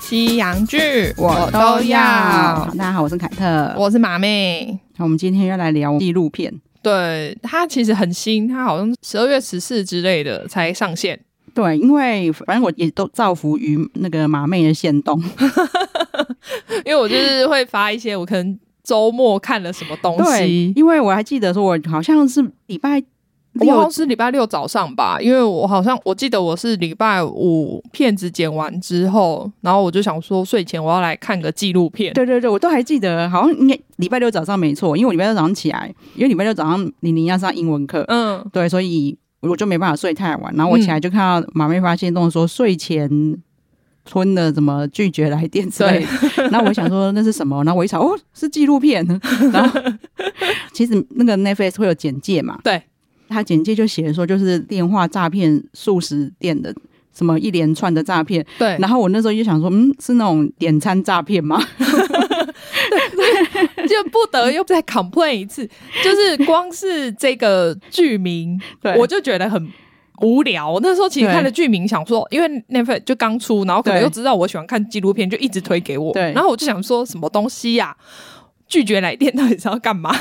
西洋剧我都要。大家好，我是凯特。我是马妹。那我们今天要来聊纪录片。对，它其实很新，它好像十二月十四之类的才上线。对，因为反正我也都造福于那个马妹的线动。因为我就是会发一些我可能周末看了什么东对西，，因为我还记得说，我好像是礼拜我好像六，是礼拜六早上吧，因为我好像我记得我是礼拜五片子剪完之后，然后我就想说睡前我要来看个纪录片。对对对，我都还记得，好像应该礼拜六早上没错，因为我礼拜六早上起来，因为礼拜六早上李宁要上英文课，嗯，对，所以我就没办法睡太晚。然后我起来就看到马妹发现动说睡前吞了什么拒绝来电之类的。然后我想说 那是什么？然后我一查，哦，是纪录片。然 后其实那个 Netflix 会有简介嘛？对，他简介就写说就是电话诈骗素食店的。什么一连串的诈骗，对，然后我那时候就想说，嗯，是那种点餐诈骗 吗？ 就不得又再 complain 一次，就是光是这个剧名， 对我就觉得很无聊。那时候其实对看了剧名，想说，因为那份就刚出，然后可能对又知道我喜欢看纪录片，就一直推给我。对然后我就想说，什么东西呀、拒绝来电到底是要干 嘛？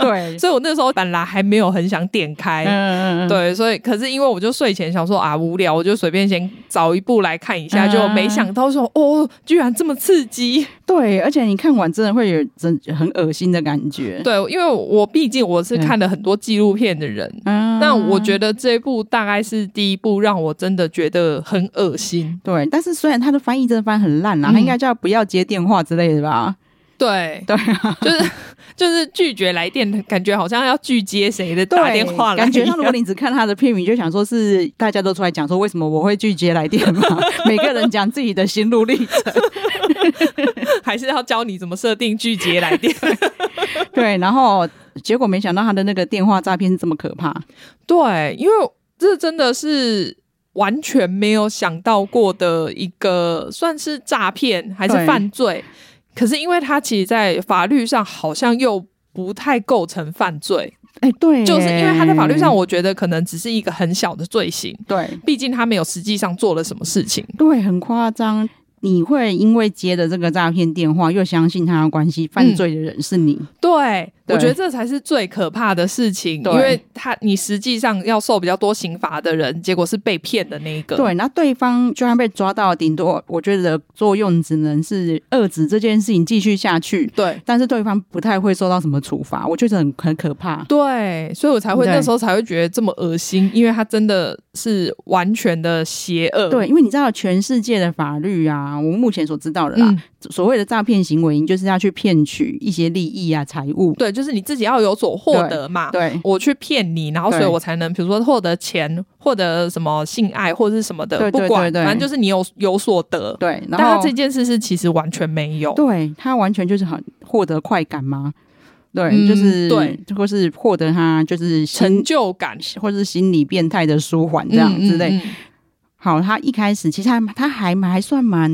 对，所以我那时候本来还没有很想点开，嗯嗯嗯，哎对，所以可是因为我就睡前想说啊无聊，我就随便先找一部来看一下，嗯就没想到说哦，居然这么刺激。对，而且你看完真的会有真很恶心的感 觉。对，因为我毕竟我是看了很多纪录片的人。嗯，但我觉得这一部大概是第一部让我真的觉得很恶心。对，但是虽然他的翻译真的翻很烂啦、啊嗯他应该叫不要接电话之类的吧？对，对啊，就是就是拒绝来电，感觉好像要拒接谁的打电话来感一觉样，上如果你只看他的片名，就想说是大家都出来讲说为什么我会拒接来电嘛，每个人讲自己的心路历 程。还是要教你怎么设定拒接来电。 对，然后结果没想到他的那个电话诈骗是这么可怕。对，因为这真的是完全没有想到过的一个，算是诈骗还是对犯罪？可是因为它其实，在法律上好像又不太构成犯罪，哎，对耶，就是因为他在法律上，我觉得可能只是一个很小的罪行，对毕竟他没有实际上做了什么事情。对很夸张。你会因为接的这个诈骗电话，又相信他的关系，犯罪的人是你。对，对我觉得这才是最可怕的事情，对因为他你实际上要受比较多刑罚的人，结果是被骗的那一个。对，那对方就算被抓到，顶多我觉得作用只能是遏制这件事情继续下去，对，但是对方不太会受到什么处罚，我觉得很很可怕。对，所以我才会对那时候才会觉得这么恶心，因为他真的是完全的邪恶。对，因为你知道全世界的法律啊，我目前所知道的啦，嗯所谓的诈骗行为，你就是要去骗取一些利益啊、财物。对，就是你自己要有所获得嘛。对，我去骗你，然后所以对我才能，比如说获得钱，获得什么性爱或者是什么的，对对不管，对对反正就是你有有所得。对，但然他后这件事是其实完全没有。对他完全就是很获得快感吗？对，嗯就是对，或是获得他就是成心，就感或是心理变态的舒缓这样之类。嗯嗯嗯好，他一开始其实他他还蛮还算蛮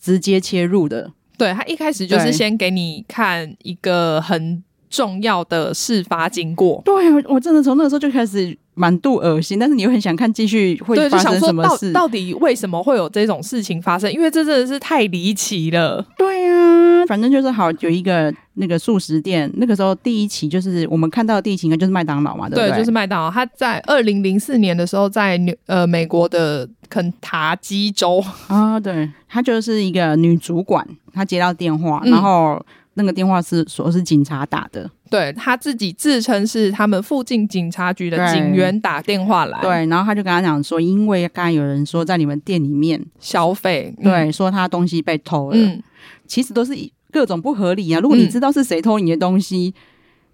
直接切入的，对他一开始就是对先给你看一个很重要的事发经过，对啊我我真的从那个时候就开始满肚恶心，但是你又很想看继续会对，就发想生说什么到事，到底为什么会有这种事情发生？因为这真的是太离奇了。对啊，反正就是好有一个那个素食店，那个时候第一期就是我们看到的第一期应该就是麦当劳嘛，对不对？就是麦当劳，他在二零零四年的时候在纽呃美国的肯塔基州，啊、对，她就是一个女主管，她接到电话，嗯然后那个电话是说是警察打的，对他自己自称是他们附近警察局的对警员打电话来对，然后她就跟他讲说，因为刚刚有人说在你们店里面，消费，嗯，对，说他东西被偷了，嗯，其实都是各种不合理啊。如果你嗯知道是谁偷你的东西，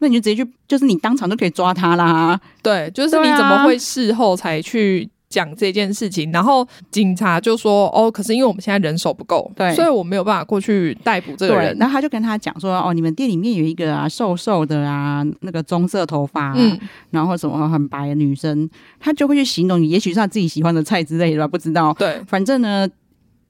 那你就直接去，就是你当场就可以抓他啦。对，就是你对啊怎么会事后才去？讲这件事情，然后警察就说：“哦，可是因为我们现在人手不够，对所以我没有办法过去逮捕这个人。然后他就跟他讲说，哦，你们店里面有一个啊，瘦瘦的啊，那个棕色头发、啊嗯，然后什么很白的女生，他就会去形容你，也许是他自己喜欢的菜之类的吧，不知道。对，反正呢，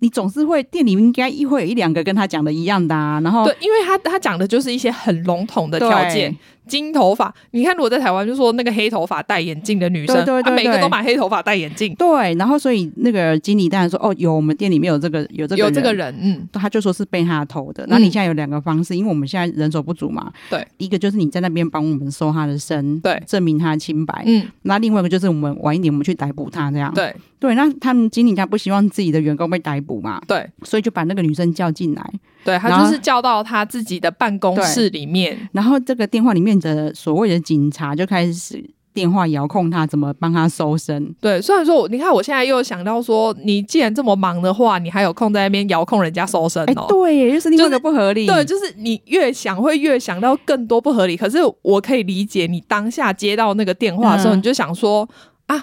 你总是会店里应该一会有一两个跟他讲的一样的啊，然后对，因为他他讲的就是一些很笼统的条件，，金头发。你看，如果在台湾就说那个黑头发戴眼镜的女生，对对对啊每个对都买黑头发戴眼镜，对，然后所以那个经理当然说，哦，有我们店里面有这个有这个有这个人人，嗯，他就说是被他偷的。那你嗯现在有两个方式，因为我们现在人手不足嘛。对，一个就是你在那边帮我们搜他的身，对证明他清白。嗯，那另外一个就是我们晚一点我们去逮捕他这样。对对，那他们经理他不希望自己的员工被逮捕嘛，对所以就把那个女生叫进来。对，他然后就是叫到他自己的办公室里面，然后这个电话里面的所谓的警察就开始电话遥控他，怎么帮他搜身。对。虽然说我，你看我现在又想到说，你既然这么忙的话，你还有空在那边遥控人家搜身哎、哦。对耶，就是另外一个就是不合理。对，就是你越想会越想到更多不合理。可是我可以理解你当下接到那个电话的时候，嗯你就想说啊，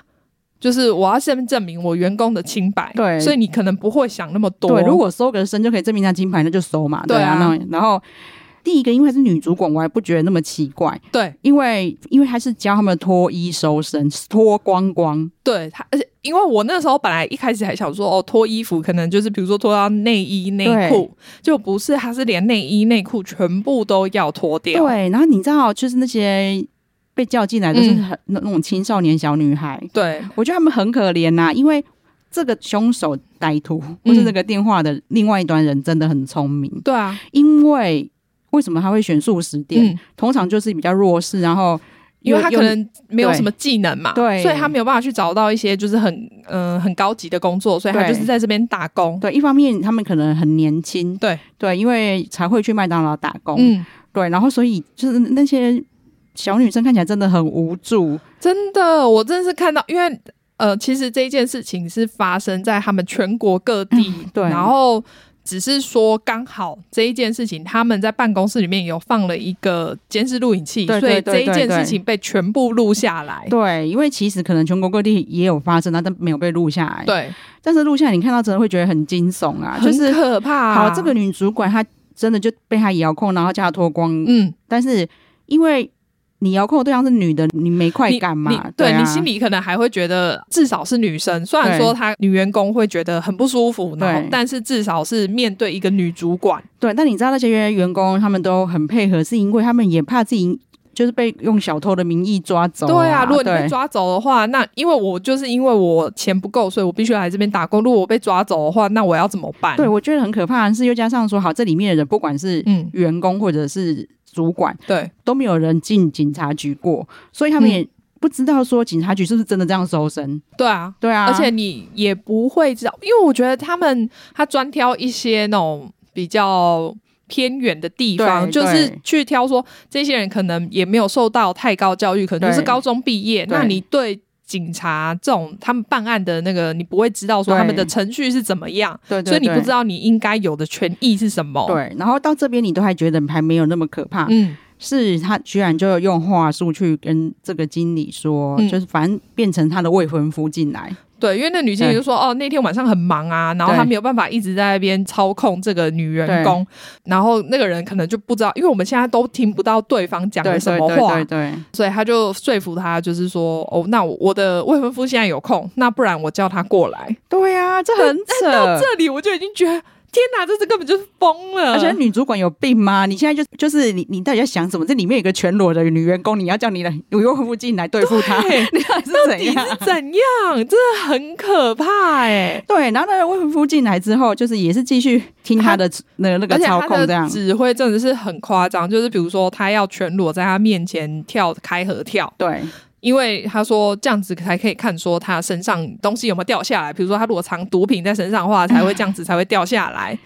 就是我要先证明我员工的清白，对所以你可能不会想那么多。对，如果搜个身就可以证明他金牌，那就搜嘛。对啊啊，那然后。第一个，因为她是女主管，我还不觉得那么奇怪，对因为因为她是教他们脱衣收身，脱光光，对他，而且因为我那时候本来一开始还想说哦，脱衣服可能就是比如说脱到内衣内裤，就不是，他是连内衣内裤全部都要脱掉。对。然后你知道，就是那些被叫进来都是嗯很、那那种青少年小女孩，对我觉得他们很可怜呐、因为这个凶手歹徒或是这个电话的另外一端人真的很聪明，对啊，因为为什么他会选素食店？嗯通常就是比较弱势，然后因为又他可。能没有什么技能嘛，对所以他没有办法去找到一些就是很嗯、呃很高级的工作，所以他对就是在这边打工又。对，一方面他们可能很年轻，对对，因为才会去麦当劳打工，嗯，对，然后所以就是那些小女生看起来真的很无助，真的，我真的是看到，因为呃，其实这一件事情是发生在他们全国各地，嗯对然后只是说刚好这一件事情，他们在办公室里面有放了一个监视录影器，对对对所以这一对件对事情被全部录下来。对，因为其实可能全国各地也有发生啊，但没有被录下来，，对，但是录下来你看到真的会觉得很惊悚啊，就很是可怕、好，这个女主管她真的就被他遥控，然后叫她脱光，嗯，但是因为你遥控的对象是女的，你没快你感你嘛？对啊你心里可能还会觉得，至少是女生。虽然对说她女员工会觉得很不舒服，然后对但是至少是面对一个女主管。对，但你知道那些员工他们都很配合，是因为他们也怕自己就是被用小偷的名义抓走、对啊，啊，如果你被对抓走的话，那因为我就是因为我钱不够，所以我必须来这边打工。如果我被抓走的话，那我要怎么办？对，我觉得很可怕的是，又加上说，好，这里面的人不管是嗯，员工或者是主管，对都没有人进警察局过，所以嗯他们也不知道说警察局是不是真的这样搜身。对啊。对啊，而且你也不会知道，因为我觉得他们他专挑一些那种比较偏远的地方，对就是对去挑说这些人可能也没有受到太高教育，可能就是对高中毕业。对那你对警察这种他们办案的那个，你不会知道说对他们的程序是怎么样，对对所以你不知道。道你应该有的权益是什么。，对，啊然后到这边你都还觉得还没有那么可怕，嗯，是他居然就用话术去跟这个经理说，嗯就是反正变成他的未婚夫进来。对，因为那女经理对就说：“哦，那天晚上很忙啊，然后对她没有办法一直在那边操控这个女员工，然后那个人可能就不知道，因为我们现在都听不到对方讲对的什么对话，对对对所以他就说服她，就是说：哦，那我我的未婚夫现在有空，那不然我叫他过来。对啊，这很扯。这里我就已经觉得，天哪，这次根本就是疯了，而且女主管有病吗？你现在就就是你，你到底在想什么？这里面有一个全裸的女员工，你要叫你的女未婚夫进来对付她，对 你到底是到怎底样是？怎样？真的很可怕哎、对，然后那个未婚夫进来之后，就是也是继续听他的那个那而个且操他控这的样。指挥真的是很夸张，就是比如说他要全裸在他面前跳开合跳，对因为他说这样子才可以看说他身上东西有没有掉下来，比如说他如果藏毒品在身上的话，才会这样子才会掉下来。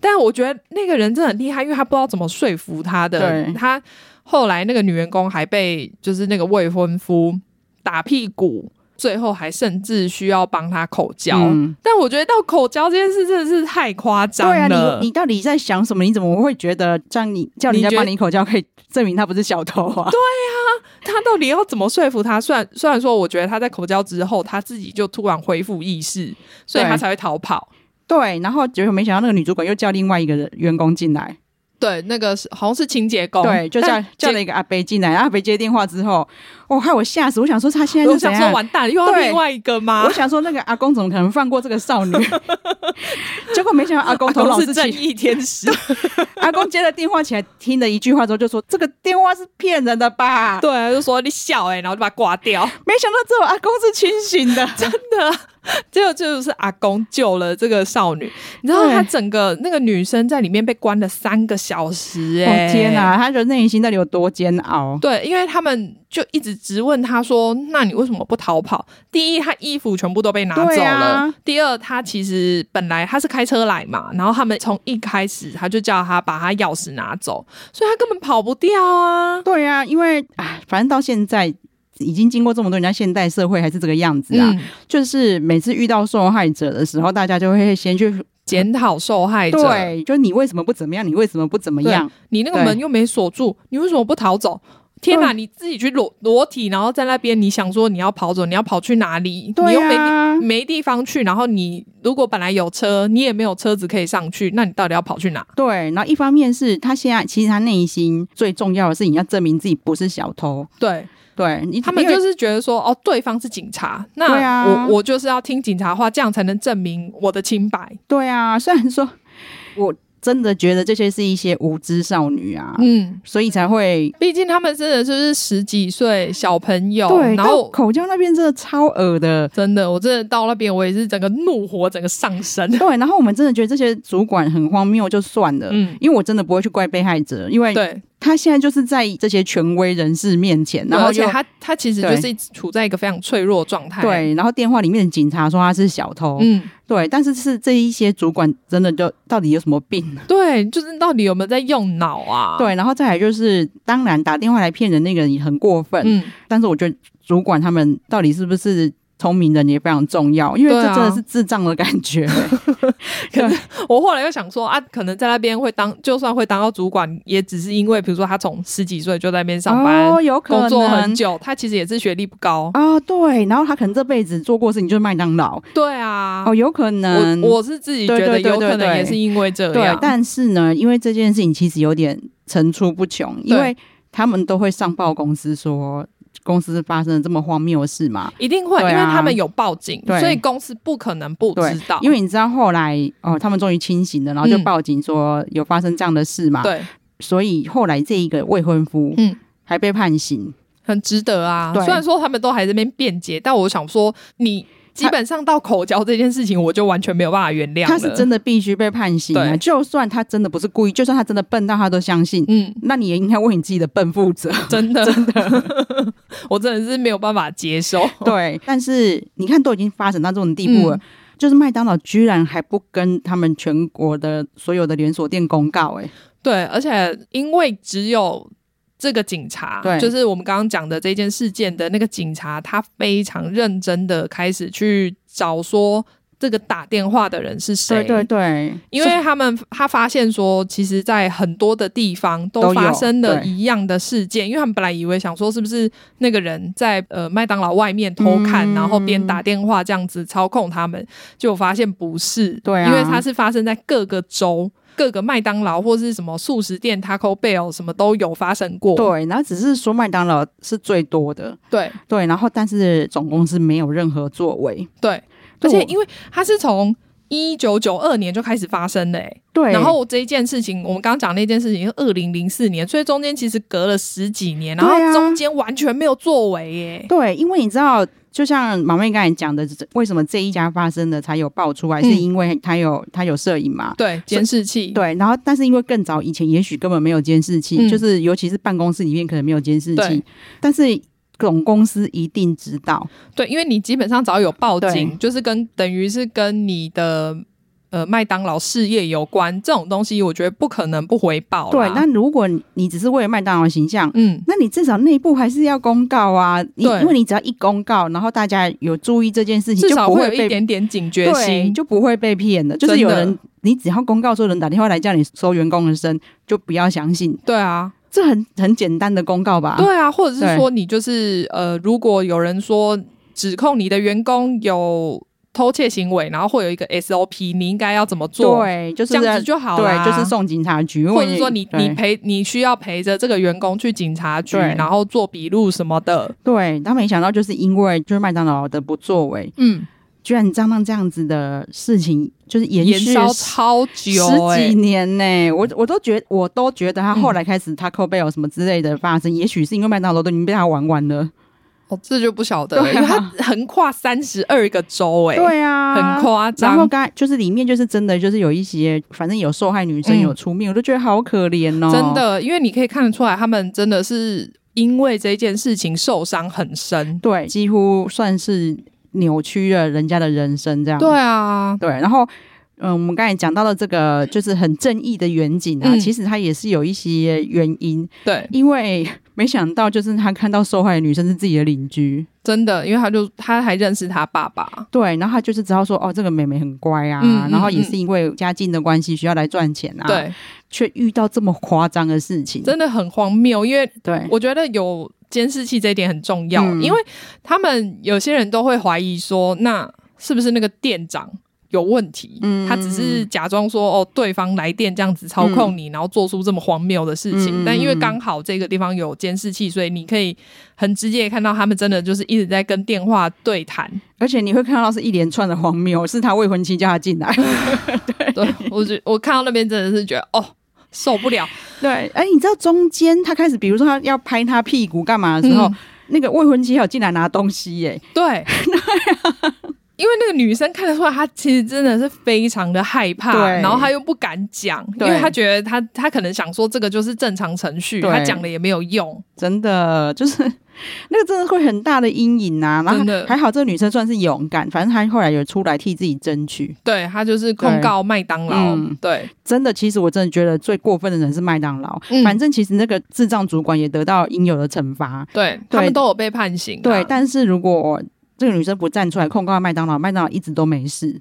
但我觉得那个人真的很厉害，因为他不知道怎么说服他的对。他后来那个女员工还被就是那个未婚夫打屁股，最后还甚至需要帮他口交。嗯但我觉得到口交这件事真的是太夸张对了。啊，你你到底在想什么？你怎么会觉得这样你叫人你家觉帮你口交可以证明他不是小偷啊？他到底要怎么说服他？虽然虽然说，我觉得他在口交之后，他自己就突然恢复意识，所以对他才会逃跑。对，然后结果没想到那个女主管又叫另外一个人员工进来，对，那个是好像是清洁工，对，就叫但叫了一个阿北进来，阿北接电话之后，哦，害我吓死！我想说他现在我就怎样想说啊完蛋了，又要对另外一个吗我？想说那个阿公怎么可能放过这个 少女？结果没想到阿公头脑都自是正己，义天 使， 阿公接了电话起来，听了一句话之后就说：“这个电话是骗人的吧？”对，啊就说你笑哎、然后就把它挂掉。没想到只有阿公是清醒的，真的，啊结果就是阿公救了这个少女。你知道对她整个那个女生在里面被关了三个小时、哦哎、天哪、！他的内心到底有多煎熬？对，因为他们就一直质问她说：“那你为什么不逃跑？”第一，她衣服全部都被拿走对了；啊第二，她其实本来她是开车来嘛，然后他们从一开始他就叫她把她钥匙拿走，所以她根本跑不掉啊。对呀、因为啊，反正到现在已经经过这么多年，现代社会还是这个样子啊。嗯，就是每次遇到受害者的时候，大家就会先去检讨受害者，对，就你为什么不怎么样？你为什么不怎么样？你那个对嗯门又没锁住，你为什么不逃走？天哪、你自己去裸裸体，然后在那边，你想说你要跑走，你要跑去哪里？你对啊又没地呀、没地方去，然后你如果本来有车，你也没有车子可以上去，那你到底要跑去哪？对。然后一方面是他现在，其实他内心最重要的是你要证明自己不是小偷。对对，你他们因为就是觉得说，哦，对方是警察，那我、对啊我就是要听警察话，这样才能证明我的清白。对啊。 虽然说我真的觉得这些是一些无知少女啊，嗯，所以才会毕竟他们真的就是十几岁小朋友，对。然然后后口交那边真的超恶 的。真的，我真的到那边，我也是整个怒火整个上升。对，然后我们真的觉得这些主管很荒谬，就算了。嗯，因为我真的不会去怪被害者，因为对，他现在就是在这些权威人士面前，然对后而且又他他其实对就是处在一个非常脆弱的状态。，对，然后电话里面的警察说他是小偷，嗯，对，但是是这一些主管真的就到底有什么病？啊对，就是到底有没有在用脑啊？，对，然后再来就是，当然打电话来骗人那个人也很过分，嗯，但是我觉得主管他们到底是不是聪明人也非常重要，因为对这啊真的是智障的感觉。我后来又想说啊，可能在那边会当，就算会当到主管，也只是因为比如说他从十几岁就在那边上班。哦，有可能工作很久，他其实也是学历不高。哦，对，然后他可能这辈子做过事情就是麦当劳，对啊，哦，有可能。我我啊是自己觉得对对对有可对能对也是因为这对样，。但是呢，因为这件事情其实有点层出不穷，因对为他们都会上报公司说公司发生了这么荒谬的事嘛。一定会，因对为啊他们有报警，对所以公司不可能不对知道。嗯因为你知道后来哦，他们终于清醒了，然后就报警说有发生这样的事嘛。，对，所以后来这一个未婚夫嗯，还被判刑。很值得啊。对虽然说他们都还在那边辩解，但我想说，你基本上到口交这件事情，我就完全没有办法原谅了。他是真的必须被判刑啊！对就算他真的不是故意，就算他真的笨到他都相信，嗯，那你也应该为你自己的笨负 责。真的，真的， 我真的是没有办法接受。对，但是你看，都已经发展到这种地步了，嗯就是麦当劳居然还不跟他们全国的所有的连锁店公告、欸，对，而且因为只有。这个警察，对就是我们刚刚讲的这件事件的那个警察，他非常认真的开始去找说这个打电话的人是谁。对对对，因为他们他发现说，其实，在很多的地方都都有发生了对一样的事件，因为他们本来以为想说是不是那个人在呃麦当劳外面偷看，嗯然后边打电话这样子操控他们，结果发现不是，对啊因为它是发生在各个州、各个麦当劳或是什么素食店、Taco Bell 什么都有发生过，对，然后只是说麦当劳是最多的，对对，然后但是总公司没有任何作为，对，而对且因为它是从一九九二年就开始发生的、欸，对，然后这一件事情，我们刚刚讲那件事情是二零零四年，所以中间其实隔了十几年，然对啊后中间完全没有作为耶。对，因为你知道，就像马妹刚才讲的，为什么这一家发生的才有爆出来，嗯是因为他有他有摄影嘛。对，监视器，对，然后但是因为更早以前，也许根本没有监视器，嗯就是尤其是办公室里面可能没有监视器对，但是总公司一定知道。对因为你基本上只要有报对警，就是跟等于是跟你的呃麦当劳事业有关这种东西，我觉得不可能不回报对啦。，那如果你你只是为了麦当劳形象，嗯，那你至少内部还是要公告啊。你对因为你只要一公告，然后大家有注意这件事情，至就少不会会有被一点点警觉对，心。就不会被骗的。就是真有的人，你只要公告说有人打电话来叫你收员工的声，就不要相信。对啊，这很很简单的公告吧？对啊，或者是对说你就是呃，如果有人说指控你的员工有偷窃行为，然后会有一个 SOP，你应该要怎么做？对，就是这样子就好啦对，就是送警察局，或者说你对你陪你需要陪着这个员工去警察局，对然后做笔录什么的。对他没想到，就是因为就是麦当劳的不作为，嗯，居然这样这样子的事情，就是延延续烧十超久、十欸几，年呢、我我都觉我都觉得他后嗯来开始 Taco Bell 什么之类的发生，也许是因为麦当劳都已经被他玩完了。哦，这就不晓得了，对啊因为它横跨三十二个州、欸，对啊，很夸然后张，刚就是里面就是真的就是有一些，反正有受害女生嗯有出面，我都觉得好可怜哦，真。的，因为你可以看得出来，他们真的是因为这件事情受伤很深。对，几乎算是扭曲了人家的人生这样。对啊，对，然后。嗯，我们刚才讲到了这个就是很正义的远景啊，嗯其实他也是有一些原因，对，因为没想到就是他看到受害的女生是自己的邻居，真的，因为他就他还认识他爸爸，对，然后他就是知道说哦，这个妹妹很乖啊，嗯嗯然后也是因为家境的关系需要来赚钱啊，，对，却遇到这么夸张的事情，真的很荒谬，因为对，我觉得有监视器这一点很重要，嗯因为他们有些人都会怀疑说，那是不是那个店长有问题？嗯他只是假装说哦，对方来电这样子操控你，然后做出这么荒谬的事情。嗯但因为刚好这个地方有监视器，所以你可以很直接地看到他们真的就是一直在跟电话对谈。 而且你会看到是一连串的荒谬，是他未婚妻叫他进来， 对我觉我看到那边真的是觉得哦受不了，对，哎，你知道中间他开始，比如说他要拍他屁股干嘛的时候，嗯那个未婚妻还有进来拿东西耶，对。因为那个女生看得出来，她其实真的是非常的害怕，对然后她又不敢讲，因对为她觉得她她可能想说这个就是正常程序，对她讲了也没有用。真的就是那个真的会很大的阴影啊。然真后的还好这个女生算是勇敢，反正她后来有出来替自己争取。对她就是控告麦当劳，嗯对真的，其实我真的觉得最过分的人是麦当劳。嗯反正其实那个智障主管也得到应有的惩罚。对，他们都有被判刑啊、对，但是如果这个女生不站出来控告麦当劳，麦当劳一直都没事。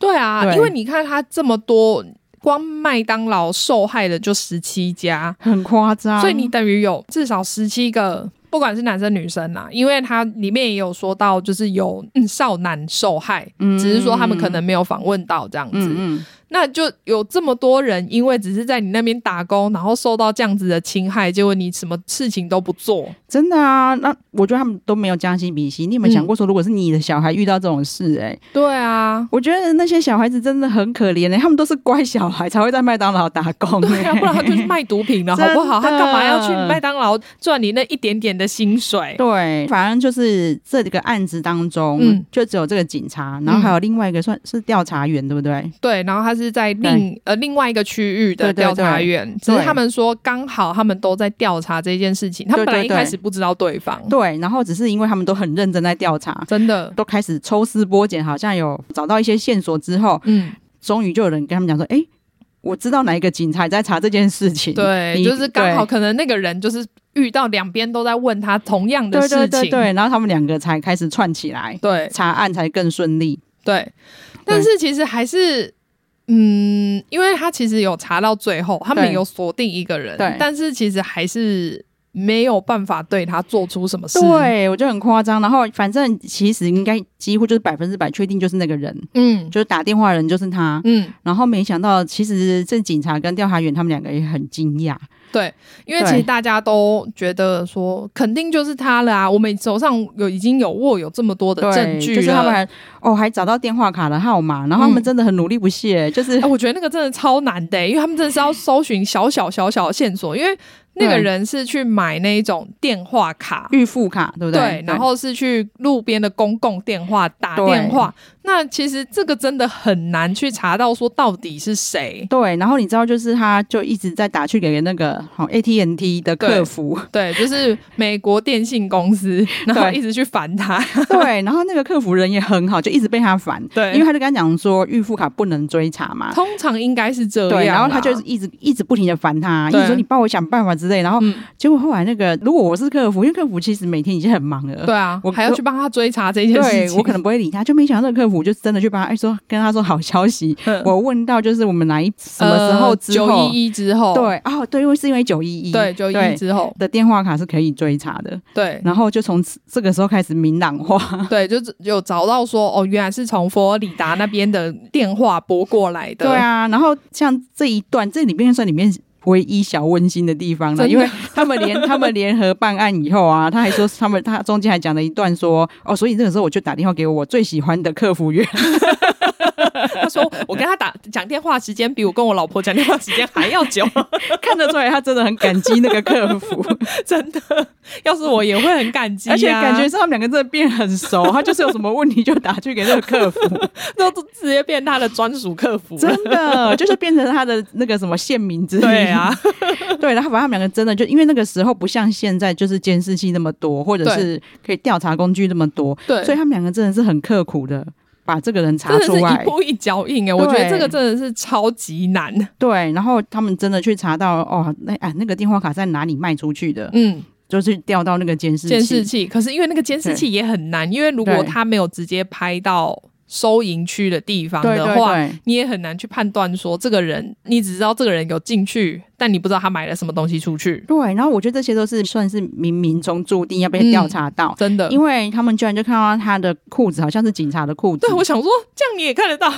对啊，对因为你看她这么多，光麦当劳受害的就十七家，很夸张。所以你等于有至少十七个，不管是男生女生啊啦，因为它里面也有说到，就是有、嗯少男受害，嗯只是说他们可能没有访问到这样子，嗯嗯，那就有这么多人因为只是在你那边打工，然后受到这样子的侵害，结果你什么事情都不做，真的啊，那我觉得他们都没有将心比心。你有没有想过说，如果是你的小孩遇到这种事、欸，哎，对啊。我觉得那些小孩子真的很可怜哎、他们都是乖小孩才会在麦当劳打工、欸， 对啊，不然他就是卖毒品的好真的不好？他干嘛要去麦当劳赚你那一点点的薪水？ 对，反正就是这个案子当中，嗯就只有这个警察，然后还有另外一个算是调查员，对不对？对，然后他是在另呃另外一个区域对的对调查员，只是对他们说刚好他们都在调查这件事情，他对们本来对一对开始不知道对方，对，然后只是因为他们都很认真在调查，真的，都开始抽丝剥茧，好像有找到一些线索之后，嗯，终于就有人跟他们讲说，哎。我知道哪一个警察在查这件事情，对，你就是刚好对可能那个人就是遇到两边都在问他同样的对事情，对对对，然后他们两个才开始串起来，对查案才更顺利。对但是其实还是。嗯，因为他其实有查到最后，他们对有锁定一个人对，但是其实还是没有办法对他做出什么事。，对，我觉得很夸张。然后反正其实应该几乎就是百分之百确定就是那个人，嗯就是打电话的人就是他。嗯，然后没想到，其实这警察跟调查员他们两个也很惊讶。对，因为对其实大家都觉得说，肯定就是他了啊！我们手上有已经有握有这么多的证据就了，是他们还哦还找到电话卡的号码，然后他们嗯真的很努力不懈，就是哎我觉得那个真的超难的欸、因为他们真的是要搜寻小小小小的线索，因为那个对人是去买那一种电话卡。 预付卡，对不对对，然后是去路边的公共电话打电话，那其实这个真的很难去查到说到底是谁。对，然后你知道，就是他就一直在打去给那个好 AT&T 的客服，对，就是美国电信公司，然后对一直去烦他。 对，然后那个客服人也很好，就一直被他烦，对因为他就跟他讲说预付卡不能追查嘛，通常应该是这样啦，对，然后他就是一直一直不停的烦他，一对直说你帮我想办法之之类。然后嗯结果后来那个，如果我是客服，因为客服其实每天已经很忙 了，对啊，我我还要去帮他追查这件事对情。我可 能不会理他，就没想到那个客服就真的去帮他，哎说跟他说好消息，嗯 呃我问到就是我们哪一什么时候之九后，一一之后，对哦，对，因为是因为九一一，对九一一之后，的电话卡是可以追查的，对然后就从此这个时候开始明朗化，对，就是有找到说哦，原来是从佛罗里达那边的电话拨过来的。对啊，然后像这一段，这里面算里面唯一小温馨的地方了，真的因为他们联他们联合办案以后啊，他还说他们他中间还讲了一段说哦，所以这个时候我就打电话给我最喜欢的客服 员，他说我跟他打讲电话时间比我跟我老婆讲电话时间还要久， 看得出来他真的很感激那个客服，真的。要是我也会很感激、啊，而且感觉是他们两个真的变很 熟，他就是有什么问题就打去给那个客服，都直接变他的专属客服。真的就是变成他的那个什么县民之类的对啊，对，然后把他们两个真的就因为那个时候不像现在，就是监视器那么多，或者对是可以调查工具那么多，对所以他们两个真的是很刻苦的把这个人查真的出是来一。步一脚印哎、我觉对得这个真的是超级难。对，然后他们真的去查到哦，那啊那个电话卡在哪里卖出去的，嗯，就是调到那个监视器。监视器，可是因为那个监视器也很难，因为如果对他没有直接拍到收银区的地方对的对话。对。你也很难去判断说这个人，你只知道这个人有进去，但你不知道他买了什么东西出去，对，然后我觉得这些都是算是冥冥中注定要被嗯调查到，真的。因为他们居然就看到他的裤子好像是警察的裤子，对，我想说这样你也看得 到，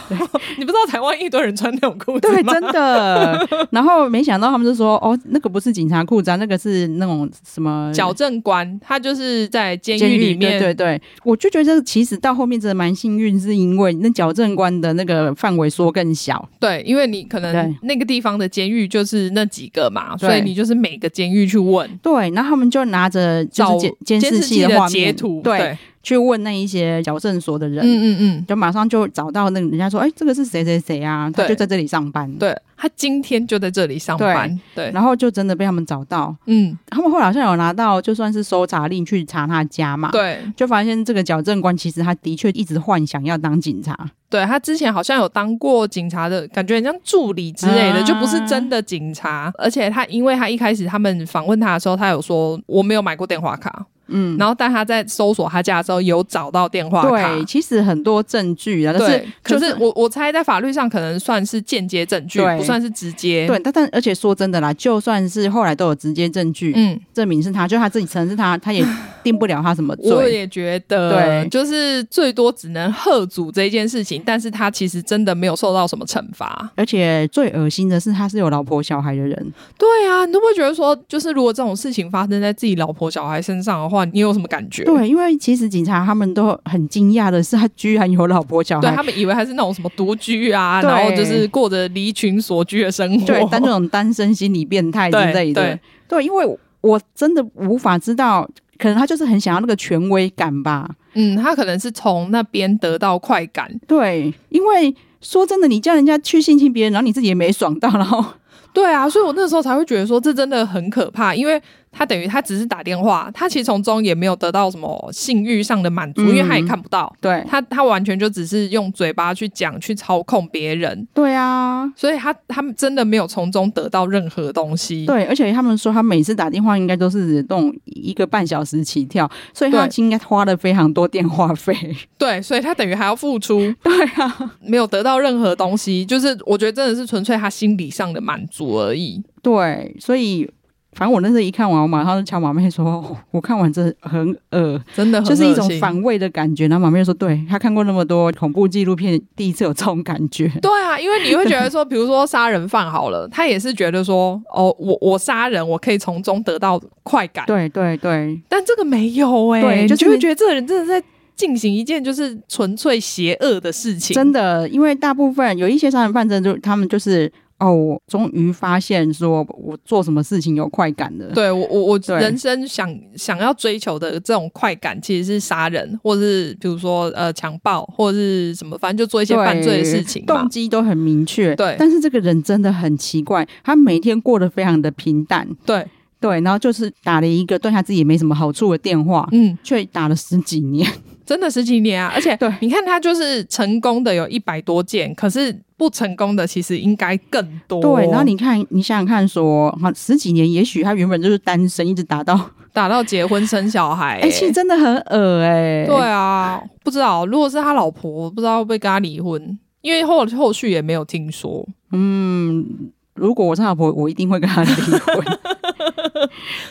你不知道台湾一堆人穿那种裤子对，吗？真的。 然后没想到他们就说：“哦，那个不是警察裤子啊，那个是那种什么矫正官他就是在监监狱狱里面，对对对，我就觉得其实到后面真的蛮幸运，是因为那矫正官的那个范围缩更小。对因为你可能对那个地方的监狱就是那几个嘛，对所以你就是每个监狱去问，对，然后他们就拿着就是找监监视器的画面截图，对，对，去问那一些矫正所的人，嗯嗯嗯，就马上就找到那个人家说：“哎，这个是谁谁谁啊？他对就在这里上班。”，对他今天就在这里上班，对，然后就真的被他们找到。嗯，他们后来好像有拿到，就算是搜查令去查他家嘛。对，就发现这个矫正官其实他的确一直幻想要当警察，对他之前好像有当过警察的感觉，很像助理之类的，啊就不是真的警察。而且他，因为他一开始他们访问他的时候，他有说我没有买过电话卡，嗯，然后但他在搜索他家的时候有找到电话卡。对，其实很多证据啊，但是对可就是我我猜在法律上可能算是间接证据，对不算是直接。，对，但但而且说真的啦，就算是后来都有直接证据、嗯，证明是他，就他自己承认是他， 他也定不了他什么我罪。也觉得，对就是最多只能喝阻这件事情，但是他其实真的没有受到什么惩罚。而且最恶心的是，他是有老婆小孩的人，对啊，你都不会觉得说，就是如果这种事情发生在自己老婆、小孩身上的话，你有什么感觉？对，因啊为其实警察他们都很惊讶的是，他居然有老婆小对，孩他，们以为还是那种什么独居啊，对然后就是过着离群索居的生活。对，但那种单身心理变态之对类的，对对，因为我真的无法知道，可能他就是很想要那个权威感吧， 嗯，他可能是从那边得到快感。对，因为说真的，你叫人家去性侵别人，然后你自己也没爽到，然后 对啊，所以我那时候才会觉得说，这真的很可怕，因为他等于他只是打电话，他其实从中也没有得到什么性欲上的满足，嗯因为他也看不到，对他他完全就只是用嘴巴去讲，去操控别人。对啊，所以他他们真的没有从中得到任何东西，对，而且他们说他每次打电话应该都是那种一个半小时起跳，所以他对应该花了非常多电话费。 对，所以他等于还要付出，对啊，没有得到任何东西，就是我觉得真的是纯粹他心理上的满足而已。对，所以。反正我那时候一看完，我马上就敲马妹说：“ 哦我看完这很恶，真的很就是一种恶心反胃的感觉。”然后马妹就说：“对，她看过那么多恐怖纪录片，第一次有这种感觉。 对啊，因为你会觉得说，比如说杀人犯好了，他也是觉得说，哦，我我杀人，我可以从中得到快感，对”对对但这个没有哎、对你就是就会觉得这个人真的在进行一件就是纯粹邪恶的事情，真的，因为大部分有一些杀人犯，真的就他们就是哦，我终于发现说我做什么事情有快感 的。对我我我对人生想想要追求的这种快感，其实是杀人，或是比如说呃强暴，或是什么，反正就做一些对犯罪的事情嘛动。机都很明确。对但是这个人真的很奇怪，他每天过得非常的平淡。对，对，然后就是打了一个对他自己也没什么好处的电话，嗯，却打了十几年。真的十几年啊！而且对你看，他就是成功的有一百多件，可是不成功的其实应该更多。对，然后你看，你想想看说，好十几年，也许他原本就是单身，一直打到，打到结婚生小孩、欸哎、其实真的很恶哎、对啊，不知道如果是他老婆，不知道会不会跟他离婚，因为后后续也没有听说。嗯，如果我是老婆，我一定会跟他离 婚。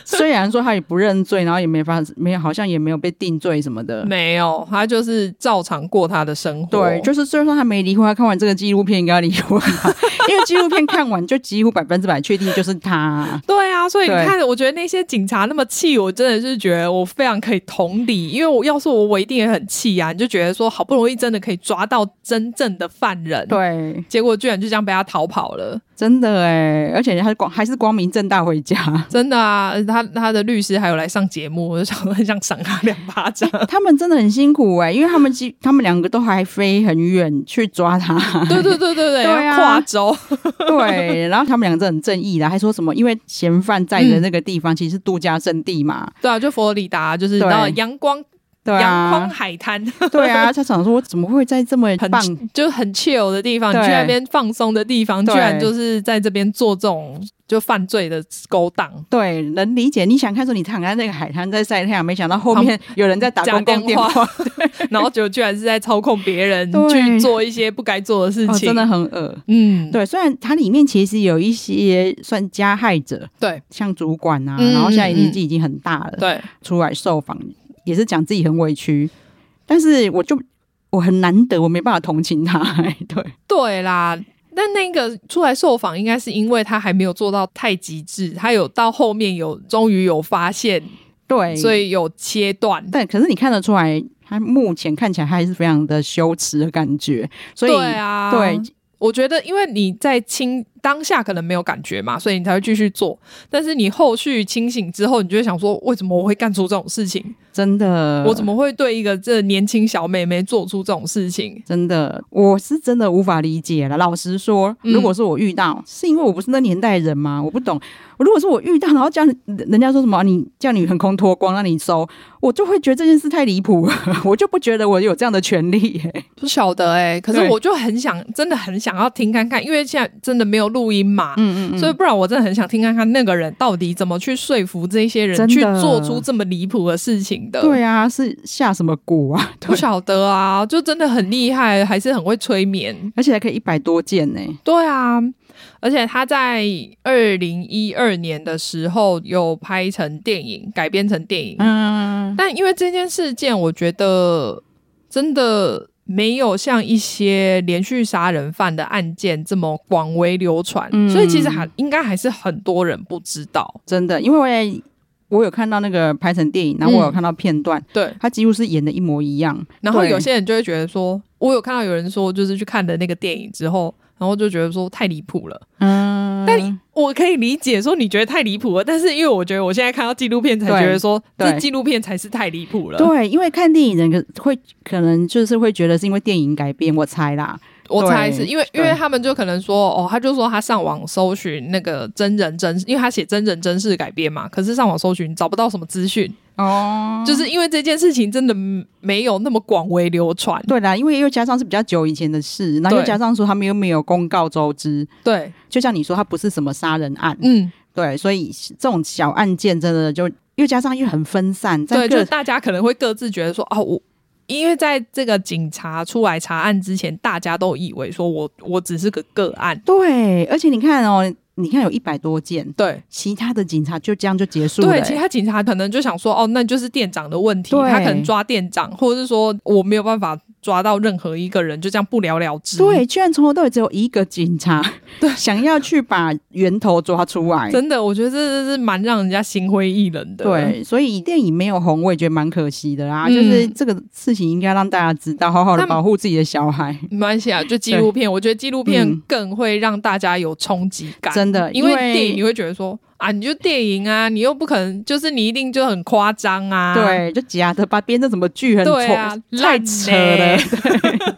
虽然说他也不认罪，然后也没发，没有好像也没有被定罪什么的。没有，他就是照常过他的生活。对，就是虽然说他没离婚，他看完这个纪录片应该要离婚吧， 因为纪录片看完就几乎百分之百确定就是他。对啊，所以你对看，我觉得那些警察那么气，我真的是觉得我非常可以同理，因为我要是我，我一定也很气啊！你就觉得说，好不容易真的可以抓到真正的犯人，，对，结果居然就这样被他逃跑了，真的哎，而且还是光还是光明正大回家。 真的啊！他他的律师还有来上节目，我就想说很想赏他两巴掌。他们真的很辛苦哎、因为他们几他们两个都还飞很远去抓他， 对对对 对对对，啊要跨州，对，然后他们两个真的很正义啦，还说什么因为嫌犯在的那个地方其实是度假胜地嘛，对啊，就佛罗里达，就是对到阳光、对阳光啊，海滩，对啊，他想说我怎么会在这么很棒？ 就是很 chill 的地方，你对去那边放松的地方，居对然就是在这边做这种就犯罪的勾当。对，能理解。你想看说你躺在那个海滩在晒太阳，没想到后面有人在打假公共电电话 话，哦然后结果居然是在操控别人对去做一些不该做的事哦、情，真的，很恶。嗯，对，虽然它里面其实有一些算加害者，对像主管啊，嗯然后现在嗯年纪已经很大了，对，出来受访，也是讲自己很委屈，但是我就我很难得，我没办法同情他、 哎对，对啦。但那个出来受访，应该是因为他还没有做到太极致，他有到后面有终于有发现，对，所以有切断。但可是你看得出来，他目前看起来还是非常的羞耻的感觉，所以对啊，对我觉得，因为你在清当下可能没有感觉嘛，所以你才会继续做。但是你后续清醒之后，你就会想说，为什么我会干出这种事情？真的，我怎么会对一个这年轻小妹妹做出这种事情？真的，我是真的无法理解了。老实说，嗯如果是我遇到，是因为我不是那年代人吗？我不懂。如果是我遇到，然后叫人人家说什么啊你叫你横空脱光让你收，我就会觉得这件事太离谱了， 我就不觉得我有这样的权利、 耶。不晓得哎、可是对我就很想，真的很想要听看看，因为现在真的没有录音嘛，嗯所以不然我真的很想听看看那个人到底怎么去说服这些人真的去做出这么离谱的事情的。对啊，是下什么蛊啊？不对，晓得啊，就真的很厉害，还是很会催眠。而且还可以一百多件呢、对啊，而且他在二零一二年的时候有拍成电影，改编成电影。嗯，但因为这件事件，我觉得真的没有像一些连续杀人犯的案件这么广为流传，嗯所以其实还应该还是很多人不知道。真的，因为我有看到那个拍成电影，然后我有看到片段，对，他几乎是演的一模一样。嗯然后对有些人就会觉得说，我有看到有人说，就是去看了那个电影之后，然后就觉得说太离谱了。嗯，但你我可以理解说你觉得太离谱了，但是因为我觉得我现在看到纪录片才觉得说，对对这纪录片才是太离谱了。对，因为看电影人可会可能就是会觉得是因为电影改编，我猜啦。我猜是对因为，对因为他们就可能说，哦，他就说他上网搜寻那个真人真，因为他写真人真事改编嘛，可是上网搜寻找不到什么资讯，哦，就是因为这件事情真的没有那么广为流传。对啦，因为又加上是比较久以前的事，然后对又加上说他们又没有公告周知，对，就像你说，他不是什么杀人案，嗯，对，所以这种小案件真的就又加上又很分散，在对，就各是大家可能会各自觉得说，哦，我。因为在这个警察出来查案之前，大家都以为说我我只是个个案，对，而且你看哦，你看有一百多件，对，其他的警察就这样就结束了、对，欸其他警察可能就想说，哦，那就是店长的问题，对他可能抓店长，或者是说我没有办法抓到任何一个人，就这样不了了之。对，居然从头到尾只有一个警察，对， 想要去把源头抓出来，真的，我觉得这这是蛮让人家心灰意冷的。对，所以电影没有红，我也觉得蛮可惜的啦。嗯就是这个事情应该让大家知道，好好的但保护自己的小孩，没关系啊，就纪录片，我觉得纪录片嗯更会让大家有冲击感，真的，因为电影你会觉得说啊，你就电影啊，你又不可能，就是你一定就很夸张啊，对，就假的吧，编的什么剧很丑，对啊，太烂扯欸了。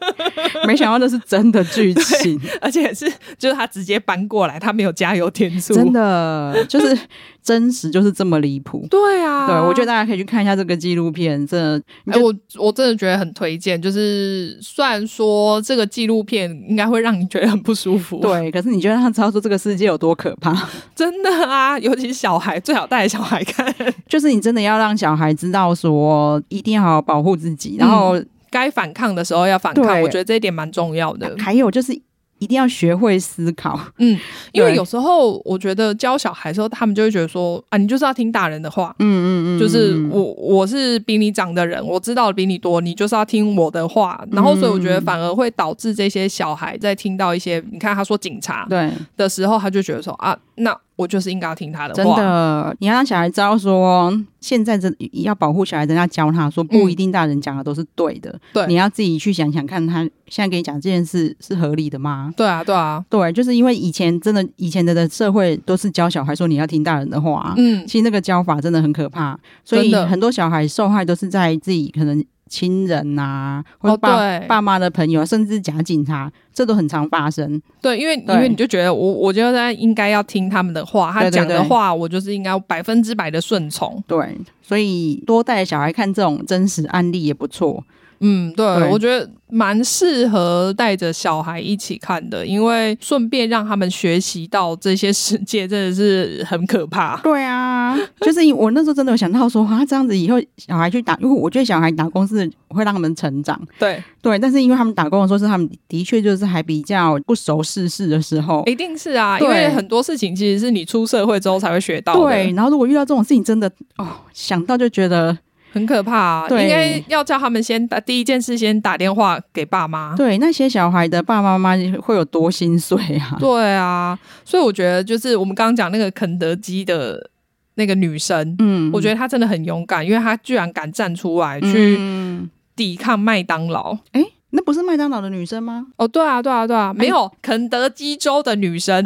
没想到那是真的剧 情， 而且是就是他直接搬过来，他没有加油添醋，真的就是真实，就是这么离谱。对啊，对，我觉得大家可以去看一下这个纪录片，这哎、我我真的觉得很推荐。就是虽然说这个纪录片应该会让你觉得很不舒服，，对。可是你就让他知道说这个世界有多可怕， 真的啊，尤其是小孩，最好带小孩看， 就是你真的要让小孩知道说一定要好好保护自己，然嗯后该反抗的时候要反抗，对我觉得这一点蛮重要的。还有就是一定要学会思考。嗯，因为对有时候我觉得教小孩的时候，他们就会觉得说啊，你就是要听大人的话。嗯嗯嗯，就是我，我是比你长的人，我知道的比你多，你就是要听我的话。然后，所以我觉嗯得反而会导致这些小孩在听到一些，你看他说警察对，的时候，他就觉得说啊，那我就是应该要听他的真话。的，你要让小孩知道说，现在真要保护小孩，真的要教他说，不一定大人讲的都是对的，嗯对你要自己去想想看他，现在给你讲这件事是合理的吗？对啊，对啊，对，就是因为以前真的，以前的的社会都是教小孩说你要听大人的话，嗯，其实那个教法真的很可怕，所以真的很多小孩受害都是在自己可能亲人呐、或者哦，爸、对，爸妈的朋友，甚至假警察，这都很常发生。对，因为对因为你就觉得我，我觉得应该要听他们的话，他对对讲的对话，我就是应该百分之百的顺从。对，所以多带小孩看这种真实案例也不错。嗯，对，对我觉得蛮适合带着小孩一起看的，因为顺便让他们学习到这些世界真的是很可怕。对啊，就是因我那时候真的有想到说，啊，这样子以后小孩去打，因为我觉得小孩打工是会让他们成长，对，对。但是因为他们打工的时候是他们的确就是还比较不熟世事的时候，一定是啊，对因为很多事情其实是你出社会之后才会学到的，对。，然后如果遇到这种事情，真的哦，想到就觉得很可怕、啊。对应该要叫他们先打第一件事，先打电话给爸妈。对那些小孩的爸爸妈妈会有多心碎啊。对啊，所以我觉得就是我们刚刚讲那个肯德基的那个女生，嗯，我觉得她真的很勇敢，因为她居然敢站出来去去，抵抗麦当劳。哎、那不是麦当劳的女生吗？哦，对啊，对啊，对啊，没哎有肯德基州的女生，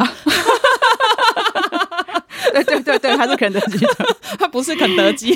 对 对对对，她是肯德基的。她 不是肯德基，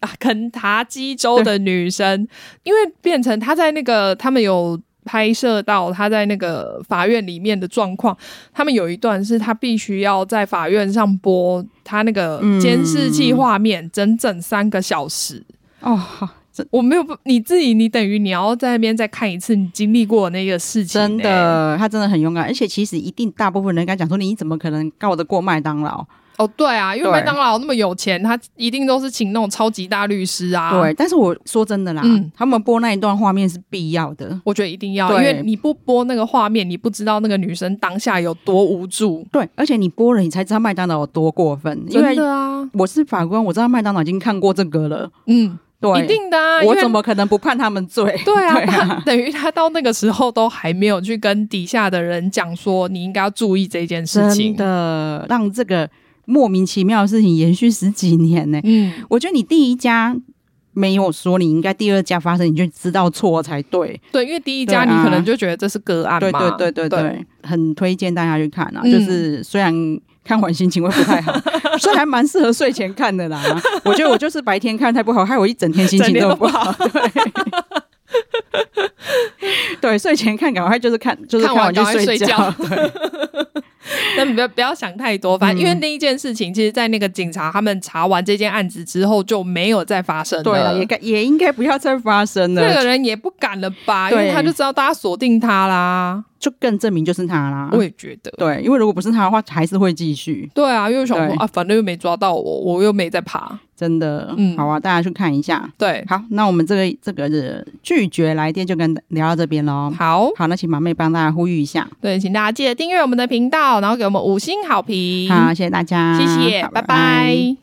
啊，肯塔基州的女生，因为变成她在那个他们有。拍摄到她在那个法院里面的状况，他们有一段是她必须要在法院上播她那个监视器画面，整整三个小时。 哦，好真我没有办，你自己，你等于你要在那边再看一次你经历过的那个事情、真欸的，她真的很勇敢，而且其实一定大部分人应该讲说，你怎么可能告得过麦当劳？哦，对啊，因为对麦当劳那么有钱，他一定都是请那种超级大律师啊。对，，但是我说真的啦，嗯他们播那一段画面是必要的。我觉得一定要，因对为你不播那个画面，你不知道那个女生当下有多无助。对，而且你播了，你才知道麦当劳有多过分。因真为的啊，我是法官，我知道麦当劳已经看过这个了。嗯，对，一定的啊，我因为怎么可能不判他们罪？对 啊？他等于他到那个时候都还没有去跟底下的人讲说，你应该要注意这件事真情。的让这个莫名其妙的事情延续十几年呢、嗯，我觉得你第一家没有说，你应该第二家发生你就知道错才对。对，因为第一家你对啊可能就觉得这是个案对嘛，对对对对，对，很推荐大家去看啊！嗯就是虽然看完心情会不太 好，所以还蛮适合睡前看的啦。我觉得我就是白天看太不好，害我一整天心 情都不好。对。对，睡前看，赶快就是看，就是看完完就赶快睡觉。对，但不要不要想太多，反正因为那一件事情，其实，在那个警察他们查完这件案子之后，就没有再发生了。对啊，也该也应该不要再发生了。那个人也不敢了吧，因对为他就知道大家锁定他啦。就更证明就是他啦。我也觉得，对，因为如果不是他的话，还是会继续。对啊，因为我想说对啊，反正又没抓到我，我又没在爬。真的，嗯好啊，大家去看一下。对，好，那我们这个这个是拒绝来电就跟聊到这边喽。好，好，那请马妹帮大家呼吁一下。对，请大家记得订阅我们的频道，然后给我们五星好评。好，谢谢大家，嗯谢谢，好拜拜